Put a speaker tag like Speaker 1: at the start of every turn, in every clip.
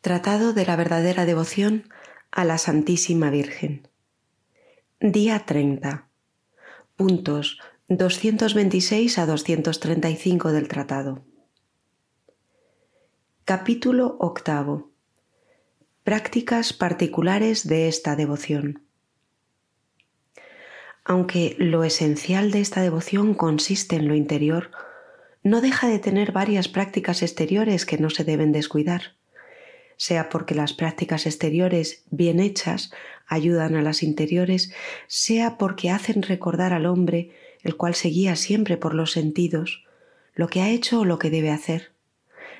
Speaker 1: Tratado de la verdadera devoción a la Santísima Virgen. Día 30. Puntos 226 a 235 del tratado. Capítulo octavo. Prácticas particulares de esta devoción. Aunque lo esencial de esta devoción consiste en lo interior, no deja de tener varias prácticas exteriores que no se deben descuidar, sea porque las prácticas exteriores bien hechas ayudan a las interiores, sea porque hacen recordar al hombre, el cual se guía siempre por los sentidos, lo que ha hecho o lo que debe hacer,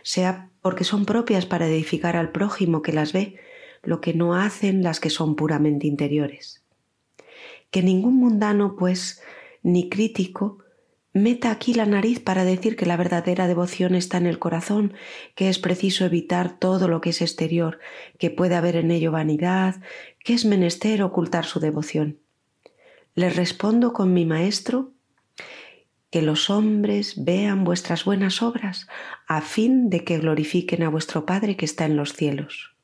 Speaker 1: sea porque son propias para edificar al prójimo que las ve, lo que no hacen las que son puramente interiores. Que ningún mundano, pues, ni crítico, meta aquí la nariz para decir que la verdadera devoción está en el corazón, que es preciso evitar todo lo que es exterior, que puede haber en ello vanidad, que es menester ocultar su devoción. Le respondo con mi maestro, que los hombres vean vuestras buenas obras, a fin de que glorifiquen a vuestro Padre que está en los cielos.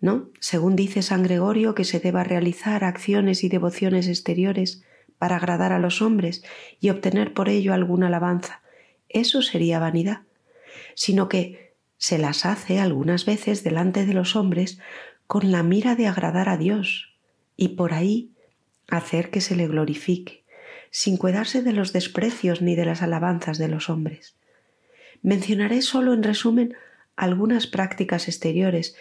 Speaker 1: No, según dice San Gregorio, que se deba realizar acciones y devociones exteriores para agradar a los hombres y obtener por ello alguna alabanza. Eso sería vanidad, sino que se las hace algunas veces delante de los hombres con la mira de agradar a Dios y por ahí hacer que se le glorifique, sin cuidarse de los desprecios ni de las alabanzas de los hombres. Mencionaré solo en resumen algunas prácticas exteriores,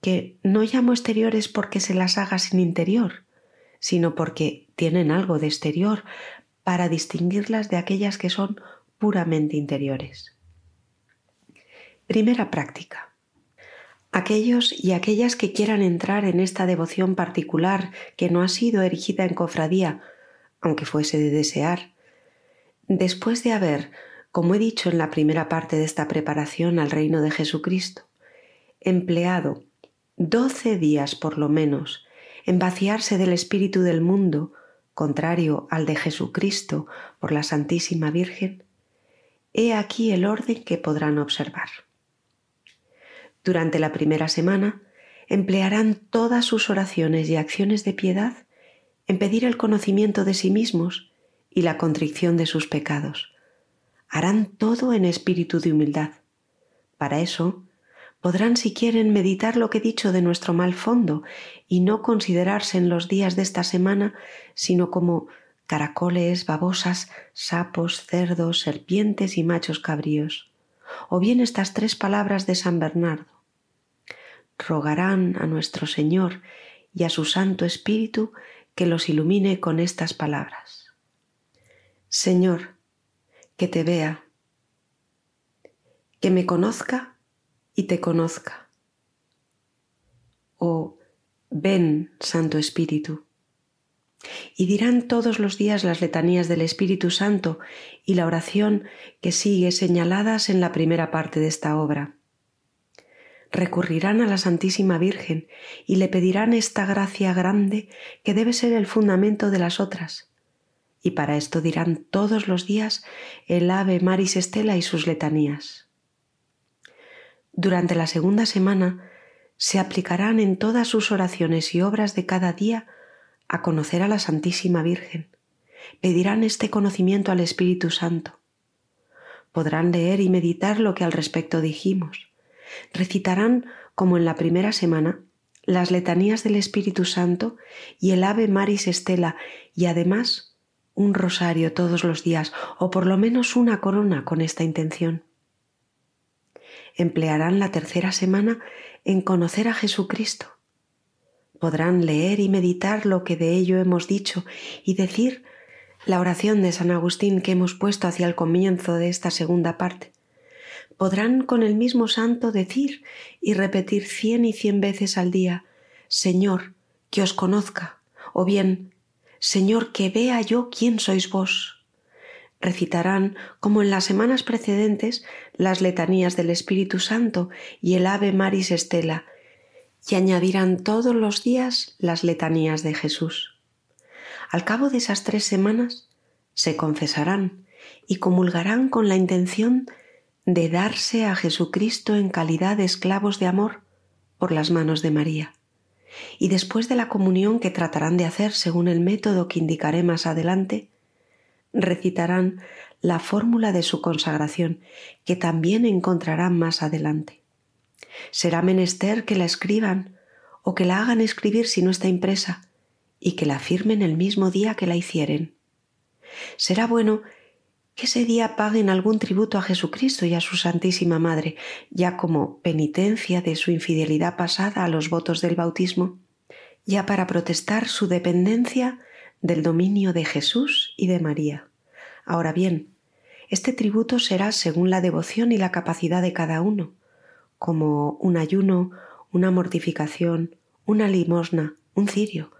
Speaker 1: que no llamo exteriores porque se las haga sin interior, sino porque tienen algo de exterior para distinguirlas de aquellas que son puramente interiores. Primera práctica. Aquellos y aquellas que quieran entrar en esta devoción particular que no ha sido erigida en cofradía, aunque fuese de desear, después de haber, como he dicho en la primera parte de esta preparación al reino de Jesucristo, empleado doce días por lo menos en vaciarse del espíritu del mundo, contrario al de Jesucristo por la Santísima Virgen, he aquí el orden que podrán observar. Durante la primera semana emplearán todas sus oraciones y acciones de piedad en pedir el conocimiento de sí mismos y la contrición de sus pecados. Harán todo en espíritu de humildad. Para eso, podrán si quieren meditar lo que he dicho de nuestro mal fondo y no considerarse en los días de esta semana sino como caracoles, babosas, sapos, cerdos, serpientes y machos cabríos. O bien estas tres palabras de San Bernardo. Rogarán a nuestro Señor y a su Santo Espíritu que los ilumine con estas palabras. Señor, que te vea, que me conozca y te conozca. O ven, Santo Espíritu. Y dirán todos los días las letanías del Espíritu Santo y la oración que sigue señaladas en la primera parte de esta obra. Recurrirán a la Santísima Virgen y le pedirán esta gracia grande que debe ser el fundamento de las otras. Y para esto dirán todos los días el Ave Maris Estela y sus letanías durante la segunda semana se aplicarán en todas sus oraciones y obras de cada día a conocer a la Santísima Virgen. Pedirán este conocimiento al Espíritu Santo. Podrán leer y meditar lo que al respecto dijimos. Recitarán, como en la primera semana, las letanías del Espíritu Santo y el Ave Maris Estela y además un rosario todos los días o por lo menos una corona con esta intención emplearán la tercera semana en conocer a Jesucristo. Podrán leer y meditar lo que de ello hemos dicho y decir la oración de San Agustín que hemos puesto hacia el comienzo de esta segunda parte. Podrán con el mismo santo decir y repetir cien y cien veces al día Señor, que os conozca, o bien Señor, que vea yo quién sois vos recitarán, como en las semanas precedentes, las letanías del Espíritu Santo y el Ave Maris Estela, y añadirán todos los días las letanías de Jesús. Al cabo de esas tres semanas, se confesarán y comulgarán con la intención de darse a Jesucristo en calidad de esclavos de amor por las manos de María. Y después de la comunión que tratarán de hacer según el método que indicaré más adelante, recitarán la fórmula de su consagración, que también encontrarán más adelante. Será menester que la escriban o que la hagan escribir si no está impresa, y que la firmen el mismo día que la hicieren. Será bueno que ese día paguen algún tributo a Jesucristo y a su Santísima Madre, ya como penitencia de su infidelidad pasada a los votos del bautismo, ya para protestar su dependencia del dominio de Jesús y de María. Ahora bien, este tributo será según la devoción y la capacidad de cada uno, como un ayuno, una mortificación, una limosna, un cirio,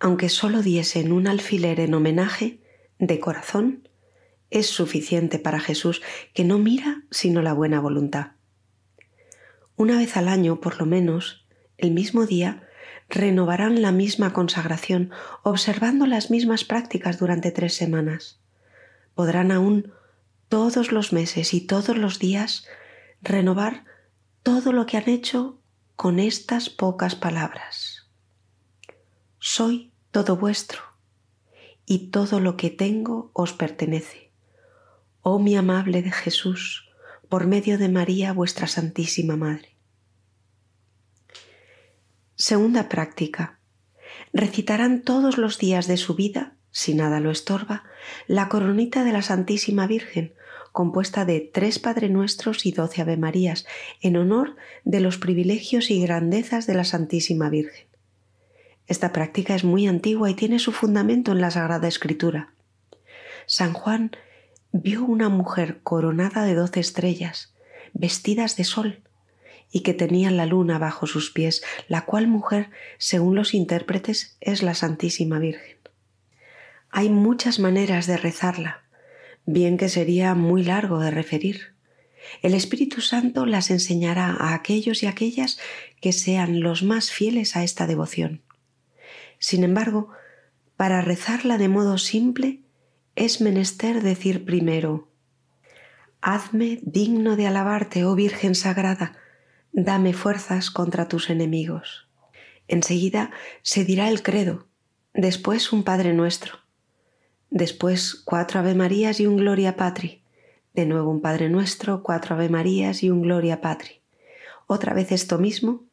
Speaker 1: aunque solo diesen un alfiler en homenaje, de corazón, es suficiente para Jesús, que no mira sino la buena voluntad. Una vez al año, por lo menos, el mismo día, renovarán la misma consagración, observando las mismas prácticas durante tres semanas. Podrán aún todos los meses y todos los días renovar todo lo que han hecho con estas pocas palabras. Soy todo vuestro y todo lo que tengo os pertenece. Oh mi amable de Jesús, por medio de María vuestra Santísima Madre. Segunda práctica. Recitarán todos los días de su vida, si nada lo estorba, la coronita de la Santísima Virgen, compuesta de tres Padre Nuestros y doce Ave Marías, en honor de los privilegios y grandezas de la Santísima Virgen. Esta práctica es muy antigua y tiene su fundamento en la Sagrada Escritura. San Juan vio una mujer coronada de doce estrellas, vestidas de sol, y que tenía la luna bajo sus pies, la cual mujer, según los intérpretes, es la Santísima Virgen. Hay muchas maneras de rezarla, bien que sería muy largo de referir. El Espíritu Santo las enseñará a aquellos y aquellas que sean los más fieles a esta devoción. Sin embargo, para rezarla de modo simple, es menester decir primero, Hazme digno de alabarte, oh Virgen Sagrada, dame fuerzas contra tus enemigos. Enseguida se dirá el credo, después un Padre nuestro, después cuatro Ave Marías y un Gloria Patri, de nuevo un Padre nuestro, cuatro Ave Marías y un Gloria Patri. Otra vez esto mismo,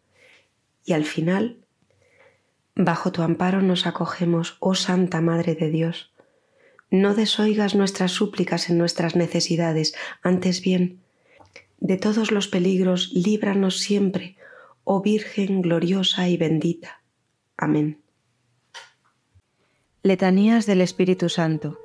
Speaker 1: y al final Bajo tu amparo nos acogemos, oh Santa Madre de Dios. No desoigas nuestras súplicas en nuestras necesidades, antes bien, de todos los peligros líbranos siempre, oh Virgen gloriosa y bendita. Amén.
Speaker 2: Letanías del Espíritu Santo.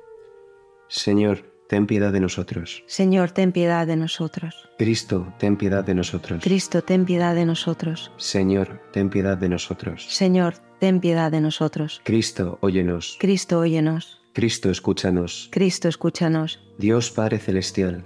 Speaker 3: Señor, ten piedad de nosotros.
Speaker 2: Señor, ten piedad de nosotros.
Speaker 3: Cristo, ten piedad de nosotros.
Speaker 2: Cristo, ten piedad de nosotros.
Speaker 3: Señor, ten piedad de nosotros.
Speaker 2: Señor, ten piedad de nosotros.
Speaker 3: Cristo, óyenos.
Speaker 2: Cristo, óyenos.
Speaker 3: Cristo, escúchanos.
Speaker 2: Cristo, escúchanos.
Speaker 3: Dios Padre Celestial,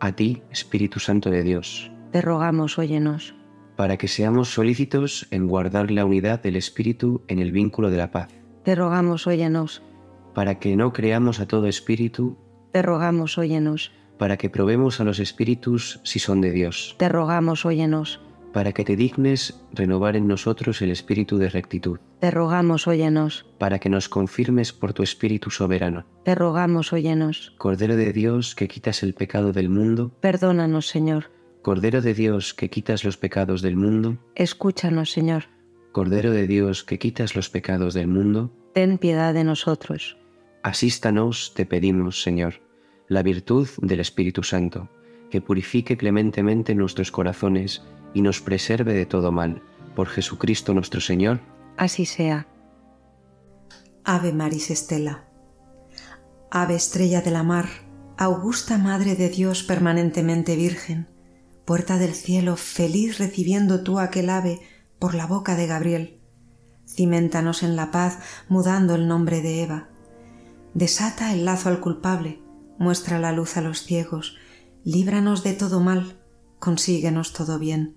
Speaker 3: a ti, Espíritu Santo de Dios,
Speaker 2: te rogamos, óyenos,
Speaker 3: para que seamos solícitos en guardar la unidad del Espíritu en el vínculo de la paz,
Speaker 2: te rogamos, óyenos,
Speaker 3: para que no creamos a todo espíritu,
Speaker 2: te rogamos, óyenos,
Speaker 3: para que probemos a los espíritus si son de Dios,
Speaker 2: te rogamos, óyenos,
Speaker 3: para que te dignes renovar en nosotros el espíritu de rectitud,
Speaker 2: te rogamos, óyenos,
Speaker 3: para que nos confirmes por tu Espíritu soberano,
Speaker 2: te rogamos, óyenos,
Speaker 3: Cordero de Dios que quitas el pecado del mundo,
Speaker 2: perdónanos, Señor,
Speaker 3: Cordero de Dios que quitas los pecados del mundo,
Speaker 2: escúchanos, Señor,
Speaker 3: Cordero de Dios que quitas los pecados del mundo,
Speaker 2: ten piedad de nosotros,
Speaker 3: Asístanos, te pedimos, Señor, la virtud del Espíritu Santo, que purifique clementemente nuestros corazones y nos preserve de todo mal. Por Jesucristo nuestro Señor.
Speaker 2: así sea.
Speaker 4: Ave Maris Estela. Ave estrella de la mar, augusta Madre de Dios permanentemente Virgen, puerta del cielo, feliz recibiendo tú aquel ave por la boca de Gabriel. Cimentanos en la paz, mudando el nombre de Eva. Desata el lazo al culpable, muestra la luz a los ciegos, líbranos de todo mal, consíguenos todo bien.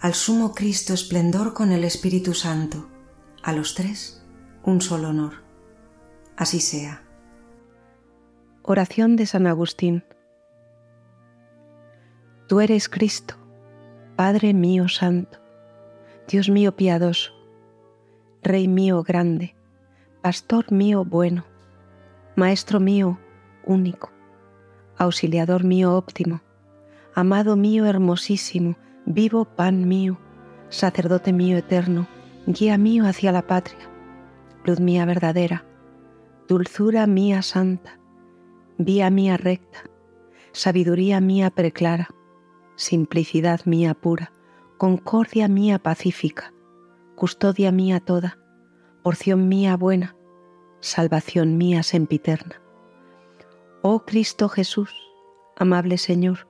Speaker 4: al sumo Cristo esplendor con el Espíritu Santo, a los tres un solo honor. Así sea.
Speaker 1: Oración de San Agustín. Tú eres Cristo, Padre mío santo, Dios mío piadoso, Rey mío grande, Pastor mío bueno, Maestro mío único, Auxiliador mío óptimo, Amado mío hermosísimo, vivo pan mío, Sacerdote mío eterno, guía mío hacia la patria, luz mía verdadera, dulzura mía santa, vía mía recta, sabiduría mía preclara, simplicidad mía pura, concordia mía pacífica, custodia mía toda, porción mía buena, salvación mía sempiterna. Oh Cristo Jesús, amable Señor,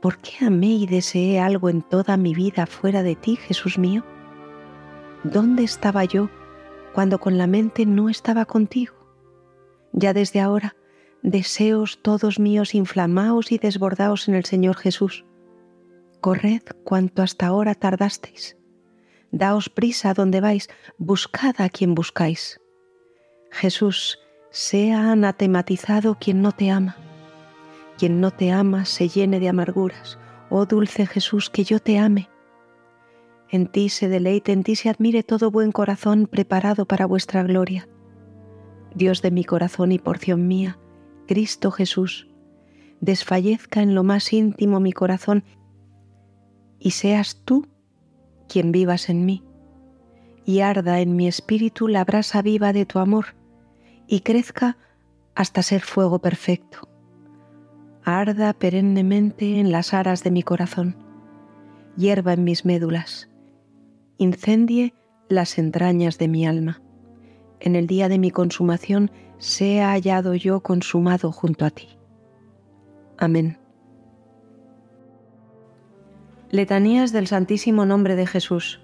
Speaker 1: ¿por qué amé y deseé algo en toda mi vida fuera de ti, Jesús mío? ¿Dónde estaba yo cuando con la mente no estaba contigo. Ya desde ahora, deseos todos míos inflamaos y desbordaos en el Señor Jesús. Corred cuanto hasta ahora tardasteis. Daos prisa a donde vais, buscad a quien buscáis. Jesús, sea anatematizado quien no te ama. Quien no te ama se llene de amarguras. Oh dulce Jesús, que yo te ame. En ti se deleite, en ti se admire todo buen corazón preparado para vuestra gloria. Dios de mi corazón y porción mía, Cristo Jesús, desfallezca en lo más íntimo mi corazón y seas tú quien vivas en mí, y arda en mi espíritu la brasa viva de tu amor, y crezca hasta ser fuego perfecto. Arda perennemente en las aras de mi corazón, hierba en mis médulas, incendie las entrañas de mi alma. En el día de mi consumación sea hallado yo consumado junto a ti. Amén. Letanías del Santísimo Nombre de Jesús.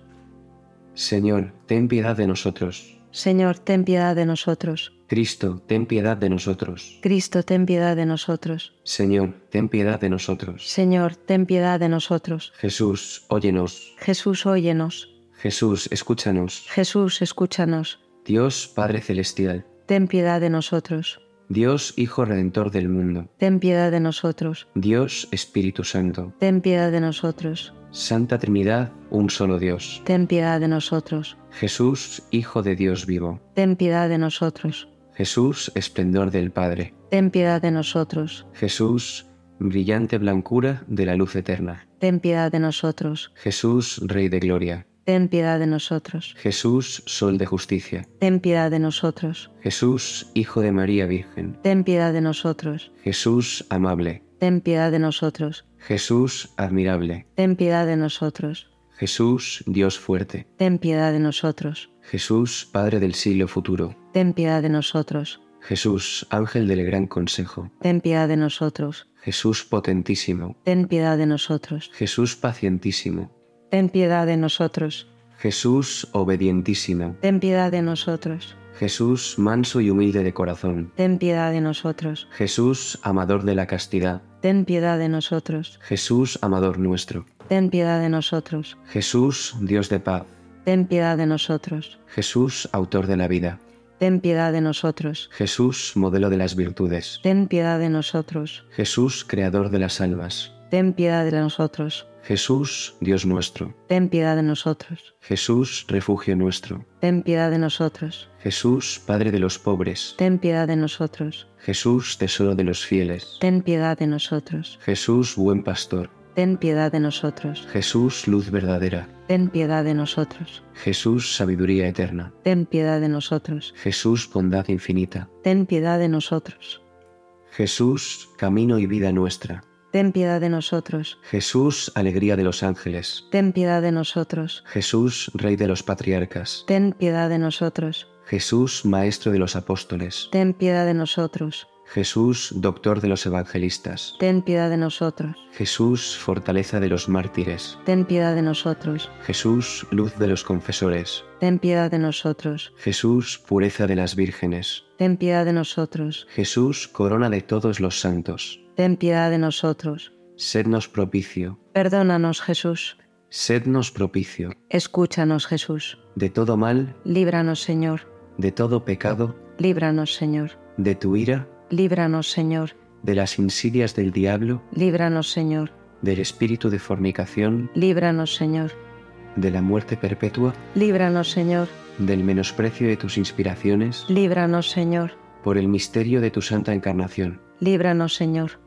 Speaker 3: Señor, ten piedad de nosotros.
Speaker 1: Señor, ten piedad de nosotros.
Speaker 3: Cristo, ten piedad de nosotros.
Speaker 1: Cristo, ten piedad de nosotros.
Speaker 3: Señor, ten piedad de nosotros.
Speaker 1: Señor, ten piedad de nosotros.
Speaker 3: Jesús, óyenos.
Speaker 1: Jesús, óyenos.
Speaker 3: Jesús, escúchanos.
Speaker 1: Jesús, escúchanos.
Speaker 3: Dios Padre Celestial,
Speaker 1: Ten piedad de nosotros.
Speaker 3: Dios Hijo Redentor del mundo,
Speaker 1: Ten piedad de nosotros.
Speaker 3: Dios Espíritu Santo,
Speaker 1: Ten piedad de nosotros.
Speaker 3: Santa Trinidad, un solo Dios.
Speaker 1: Ten piedad de nosotros.
Speaker 3: Jesús, Hijo de Dios vivo.
Speaker 1: Ten piedad de nosotros.
Speaker 3: Jesús, esplendor del Padre.
Speaker 1: Ten piedad de nosotros.
Speaker 3: Jesús, brillante blancura de la luz eterna.
Speaker 1: Ten piedad de nosotros.
Speaker 3: Jesús, Rey de Gloria.
Speaker 1: Ten piedad de nosotros.
Speaker 3: Jesús, Sol de Justicia.
Speaker 1: Ten piedad de nosotros.
Speaker 3: Jesús, Hijo de María Virgen.
Speaker 1: Ten piedad de nosotros.
Speaker 3: Jesús, amable.
Speaker 1: Ten piedad de nosotros.
Speaker 3: Jesús, admirable.
Speaker 1: Ten piedad de nosotros.
Speaker 3: Jesús, Dios fuerte.
Speaker 1: Ten piedad de nosotros.
Speaker 3: Jesús, Padre del siglo futuro.
Speaker 1: Ten piedad de nosotros.
Speaker 3: Jesús, Ángel del Gran Consejo.
Speaker 1: Ten piedad de nosotros.
Speaker 3: Jesús potentísimo.
Speaker 1: Ten piedad de nosotros.
Speaker 3: Jesús pacientísimo.
Speaker 1: Ten piedad de nosotros.
Speaker 3: Jesús obedientísimo.
Speaker 1: Ten piedad de nosotros.
Speaker 3: Jesús manso y humilde de corazón.
Speaker 1: Ten piedad de nosotros.
Speaker 3: Jesús amador de la castidad.
Speaker 1: Ten piedad de nosotros.
Speaker 3: Jesús amador nuestro.
Speaker 1: Ten piedad de nosotros.
Speaker 3: Jesús Dios de paz.
Speaker 1: Ten piedad de nosotros.
Speaker 3: Jesús autor de la vida.
Speaker 1: Ten piedad de nosotros.
Speaker 3: Jesús modelo de las virtudes.
Speaker 1: Ten piedad de nosotros.
Speaker 3: Jesús creador de las almas.
Speaker 1: Ten piedad de nosotros.
Speaker 3: Jesús Dios nuestro.
Speaker 1: Ten piedad de nosotros.
Speaker 3: Jesús refugio nuestro.
Speaker 1: Ten piedad de nosotros.
Speaker 3: Jesús Padre de los pobres.
Speaker 1: Ten piedad de nosotros.
Speaker 3: Jesús tesoro de los fieles.
Speaker 1: Ten piedad de nosotros.
Speaker 3: Jesús buen pastor.
Speaker 1: Ten piedad de nosotros.
Speaker 3: Jesús luz verdadera.
Speaker 1: Ten piedad de nosotros.
Speaker 3: Jesús sabiduría eterna.
Speaker 1: Ten piedad de nosotros.
Speaker 3: Jesús bondad infinita.
Speaker 1: Ten piedad de nosotros.
Speaker 3: Jesús camino y vida nuestra.
Speaker 1: Ten piedad de nosotros.
Speaker 3: Jesús, alegría de los ángeles.
Speaker 1: Ten piedad de nosotros.
Speaker 3: Jesús, Rey de los patriarcas.
Speaker 1: Ten piedad de nosotros.
Speaker 3: Jesús, Maestro de los apóstoles.
Speaker 1: Ten piedad de nosotros.
Speaker 3: Jesús, Doctor de los evangelistas.
Speaker 1: Ten piedad de nosotros.
Speaker 3: Jesús, fortaleza de los mártires.
Speaker 1: Ten piedad de nosotros.
Speaker 3: Jesús, luz de los confesores.
Speaker 1: Ten piedad de nosotros.
Speaker 3: Jesús, pureza de las vírgenes.
Speaker 1: Ten piedad de nosotros.
Speaker 3: Jesús, corona de todos los santos.
Speaker 1: Ten piedad de nosotros.
Speaker 3: Sednos propicio.
Speaker 1: Perdónanos, Jesús.
Speaker 3: Sednos propicio.
Speaker 1: Escúchanos, Jesús.
Speaker 3: De todo mal,
Speaker 1: Líbranos, Señor.
Speaker 3: de todo pecado,
Speaker 1: Líbranos, Señor.
Speaker 3: de tu ira,
Speaker 1: Líbranos, Señor.
Speaker 3: de las insidias del diablo,
Speaker 1: Líbranos, Señor.
Speaker 3: del espíritu de fornicación,
Speaker 1: Líbranos, Señor.
Speaker 3: de la muerte perpetua,
Speaker 1: Líbranos, Señor.
Speaker 3: del menosprecio de tus inspiraciones,
Speaker 1: Líbranos, Señor.
Speaker 3: por el misterio de tu santa encarnación,
Speaker 1: Líbranos, Señor.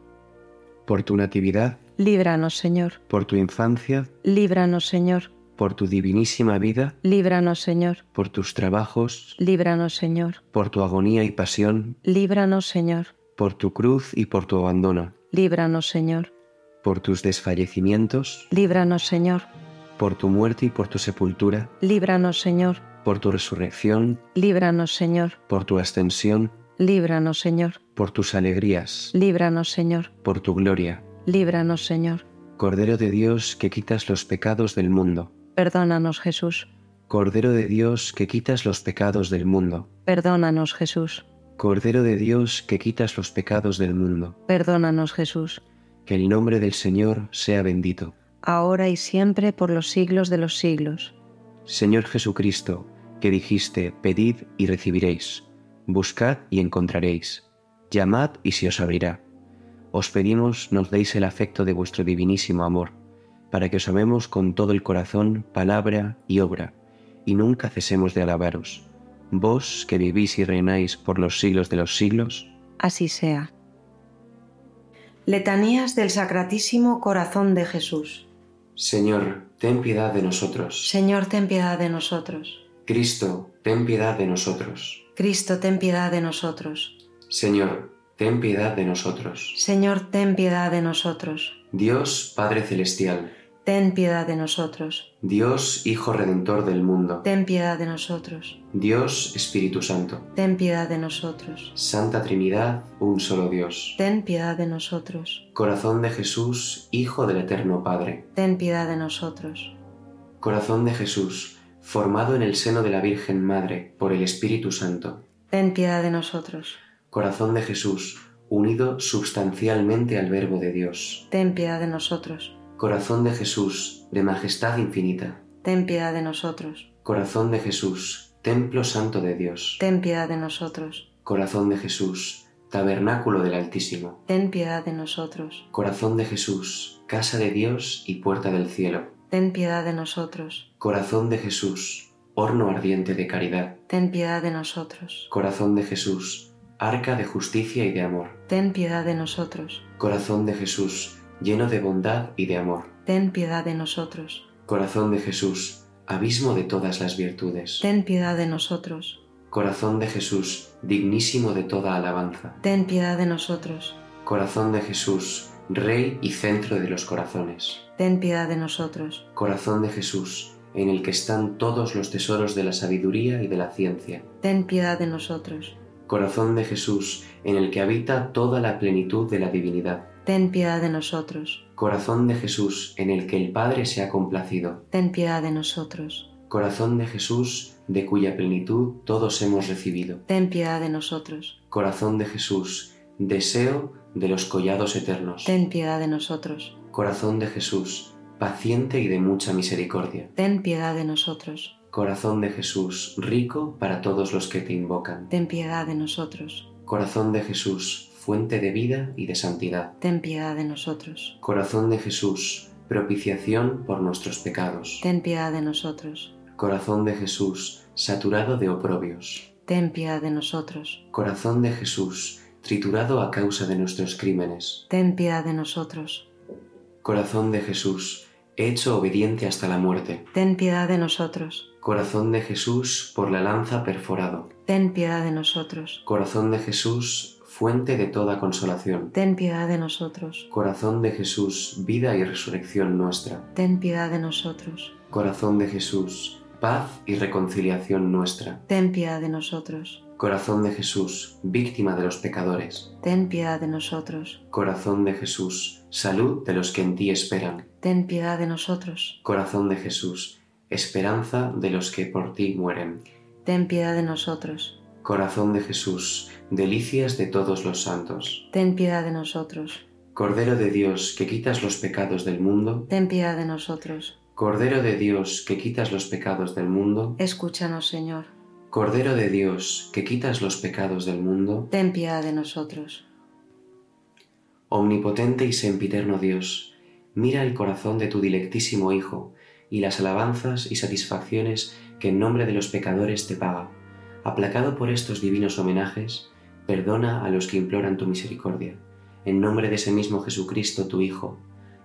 Speaker 3: por tu natividad,
Speaker 1: Líbranos, Señor.
Speaker 3: por tu infancia,
Speaker 1: Líbranos, Señor.
Speaker 3: por tu divinísima vida,
Speaker 1: Líbranos, Señor.
Speaker 3: por tus trabajos,
Speaker 1: Líbranos, Señor.
Speaker 3: por tu agonía y pasión,
Speaker 1: Líbranos, Señor.
Speaker 3: por tu cruz y por tu abandono,
Speaker 1: Líbranos, Señor.
Speaker 3: por tus desfallecimientos,
Speaker 1: Líbranos, Señor.
Speaker 3: por tu muerte y por tu sepultura,
Speaker 1: Líbranos, Señor.
Speaker 3: por tu resurrección,
Speaker 1: Líbranos, Señor.
Speaker 3: por tu ascensión,
Speaker 1: Líbranos, Señor.
Speaker 3: por tus alegrías,
Speaker 1: Líbranos, Señor.
Speaker 3: por tu gloria.
Speaker 1: Líbranos, Señor.
Speaker 3: Cordero de Dios que quitas los pecados del mundo,
Speaker 1: Perdónanos, Jesús.
Speaker 3: Cordero de Dios que quitas los pecados del mundo.
Speaker 2: Perdónanos, Jesús.
Speaker 3: Cordero de Dios que quitas los pecados del mundo.
Speaker 2: Perdónanos, Jesús.
Speaker 3: Que el nombre del Señor sea bendito.
Speaker 2: Ahora y siempre por los siglos de los siglos.
Speaker 3: Señor Jesucristo, que dijiste, pedid y recibiréis, buscad y encontraréis, llamad y se os abrirá. Os pedimos nos deis el afecto de vuestro divinísimo amor, para que os amemos con todo el corazón, palabra y obra, y nunca cesemos de alabaros. Vos que vivís y reináis por los siglos de los siglos.
Speaker 2: Así sea.
Speaker 1: Letanías del Sacratísimo Corazón de Jesús.
Speaker 3: Señor, ten piedad de nosotros.
Speaker 1: Señor, ten piedad de nosotros.
Speaker 3: Cristo, ten piedad de nosotros.
Speaker 1: Cristo, ten piedad de nosotros.
Speaker 3: Señor, ten piedad de nosotros.
Speaker 1: Señor, ten piedad de nosotros.
Speaker 3: Dios Padre Celestial,
Speaker 1: Ten piedad de nosotros.
Speaker 3: Dios Hijo Redentor del mundo,
Speaker 1: Ten piedad de nosotros.
Speaker 3: Dios Espíritu Santo,
Speaker 1: Ten piedad de nosotros.
Speaker 3: Santa Trinidad, un solo Dios.
Speaker 1: Ten piedad de nosotros.
Speaker 3: Corazón de Jesús, Hijo del Eterno Padre.
Speaker 1: Ten piedad de nosotros.
Speaker 3: Corazón de Jesús, formado en el seno de la Virgen Madre por el Espíritu Santo.
Speaker 1: Ten piedad de nosotros.
Speaker 3: Corazón de Jesús, unido substancialmente al Verbo de Dios.
Speaker 1: Ten piedad de nosotros.
Speaker 3: Corazón de Jesús, de majestad infinita.
Speaker 1: Ten piedad de nosotros.
Speaker 3: Corazón de Jesús, templo santo de Dios.
Speaker 1: Ten piedad de nosotros.
Speaker 3: Corazón de Jesús, tabernáculo del Altísimo.
Speaker 1: Ten piedad de nosotros.
Speaker 3: Corazón de Jesús, casa de Dios y puerta del cielo.
Speaker 1: Ten piedad de nosotros.
Speaker 3: Corazón de Jesús, horno ardiente de caridad.
Speaker 1: Ten piedad de nosotros.
Speaker 3: Corazón de Jesús, arca de justicia y de amor.
Speaker 1: Ten piedad de nosotros.
Speaker 3: Corazón de Jesús, lleno de bondad y de amor.
Speaker 1: Ten piedad de nosotros.
Speaker 3: Corazón de Jesús, abismo de todas las virtudes.
Speaker 1: Ten piedad de nosotros.
Speaker 3: Corazón de Jesús, dignísimo de toda alabanza.
Speaker 1: Ten piedad de nosotros.
Speaker 3: Corazón de Jesús, Rey y centro de los corazones.
Speaker 1: Ten piedad de nosotros.
Speaker 3: Corazón de Jesús, en el que están todos los tesoros de la sabiduría y de la ciencia.
Speaker 1: Ten piedad de nosotros.
Speaker 3: Corazón de Jesús, en el que habita toda la plenitud de la divinidad.
Speaker 1: Ten piedad de nosotros.
Speaker 3: Corazón de Jesús, en el que el Padre se ha complacido.
Speaker 1: Ten piedad de nosotros.
Speaker 3: Corazón de Jesús, de cuya plenitud todos hemos recibido.
Speaker 1: Ten piedad de nosotros.
Speaker 3: Corazón de Jesús, deseo de los collados eternos.
Speaker 1: Ten piedad de nosotros.
Speaker 3: Corazón de Jesús, paciente y de mucha misericordia.
Speaker 1: Ten piedad de nosotros.
Speaker 3: Corazón de Jesús, rico para todos los que te invocan.
Speaker 1: Ten piedad de nosotros.
Speaker 3: Corazón de Jesús, fuente de vida y de santidad.
Speaker 1: Ten piedad de nosotros.
Speaker 3: Corazón de Jesús, propiciación por nuestros pecados.
Speaker 1: Ten piedad de nosotros.
Speaker 3: Corazón de Jesús, saturado de oprobios.
Speaker 1: Ten piedad de nosotros.
Speaker 3: Corazón de Jesús, triturado a causa de nuestros crímenes.
Speaker 1: Ten piedad de nosotros.
Speaker 3: Corazón de Jesús, hecho obediente hasta la muerte.
Speaker 1: Ten piedad de nosotros.
Speaker 3: Corazón de Jesús, por la lanza perforado.
Speaker 1: Ten piedad de nosotros.
Speaker 3: Corazón de Jesús, fuente de toda consolación.
Speaker 1: Ten piedad de nosotros.
Speaker 3: Corazón de Jesús, vida y resurrección nuestra.
Speaker 1: Ten piedad de nosotros.
Speaker 3: Corazón de Jesús, paz y reconciliación nuestra.
Speaker 1: Ten piedad de nosotros.
Speaker 3: Corazón de Jesús, víctima de los pecadores.
Speaker 1: Ten piedad de nosotros.
Speaker 3: Corazón de Jesús, salud de los que en ti esperan.
Speaker 1: Ten piedad de nosotros.
Speaker 3: Corazón de Jesús, esperanza de los que por ti mueren.
Speaker 1: Ten piedad de nosotros.
Speaker 3: Corazón de Jesús, delicias de todos los santos.
Speaker 1: Ten piedad de nosotros.
Speaker 3: Cordero de Dios que quitas los pecados del mundo.
Speaker 1: Ten piedad de nosotros.
Speaker 3: Cordero de Dios que quitas los pecados del mundo.
Speaker 1: Escúchanos, Señor.
Speaker 3: Cordero de Dios que quitas los pecados del mundo.
Speaker 1: Ten piedad de nosotros.
Speaker 3: Omnipotente y sempiterno Dios, mira el corazón de tu dilectísimo Hijo y las alabanzas y satisfacciones que en nombre de los pecadores te paga aplacado por estos divinos homenajes, perdona a los que imploran tu misericordia. En nombre de ese mismo Jesucristo, tu Hijo,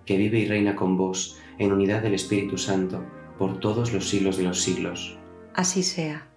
Speaker 3: que vive y reina con vos, en unidad del Espíritu Santo, por todos los siglos de los siglos.
Speaker 1: Así sea.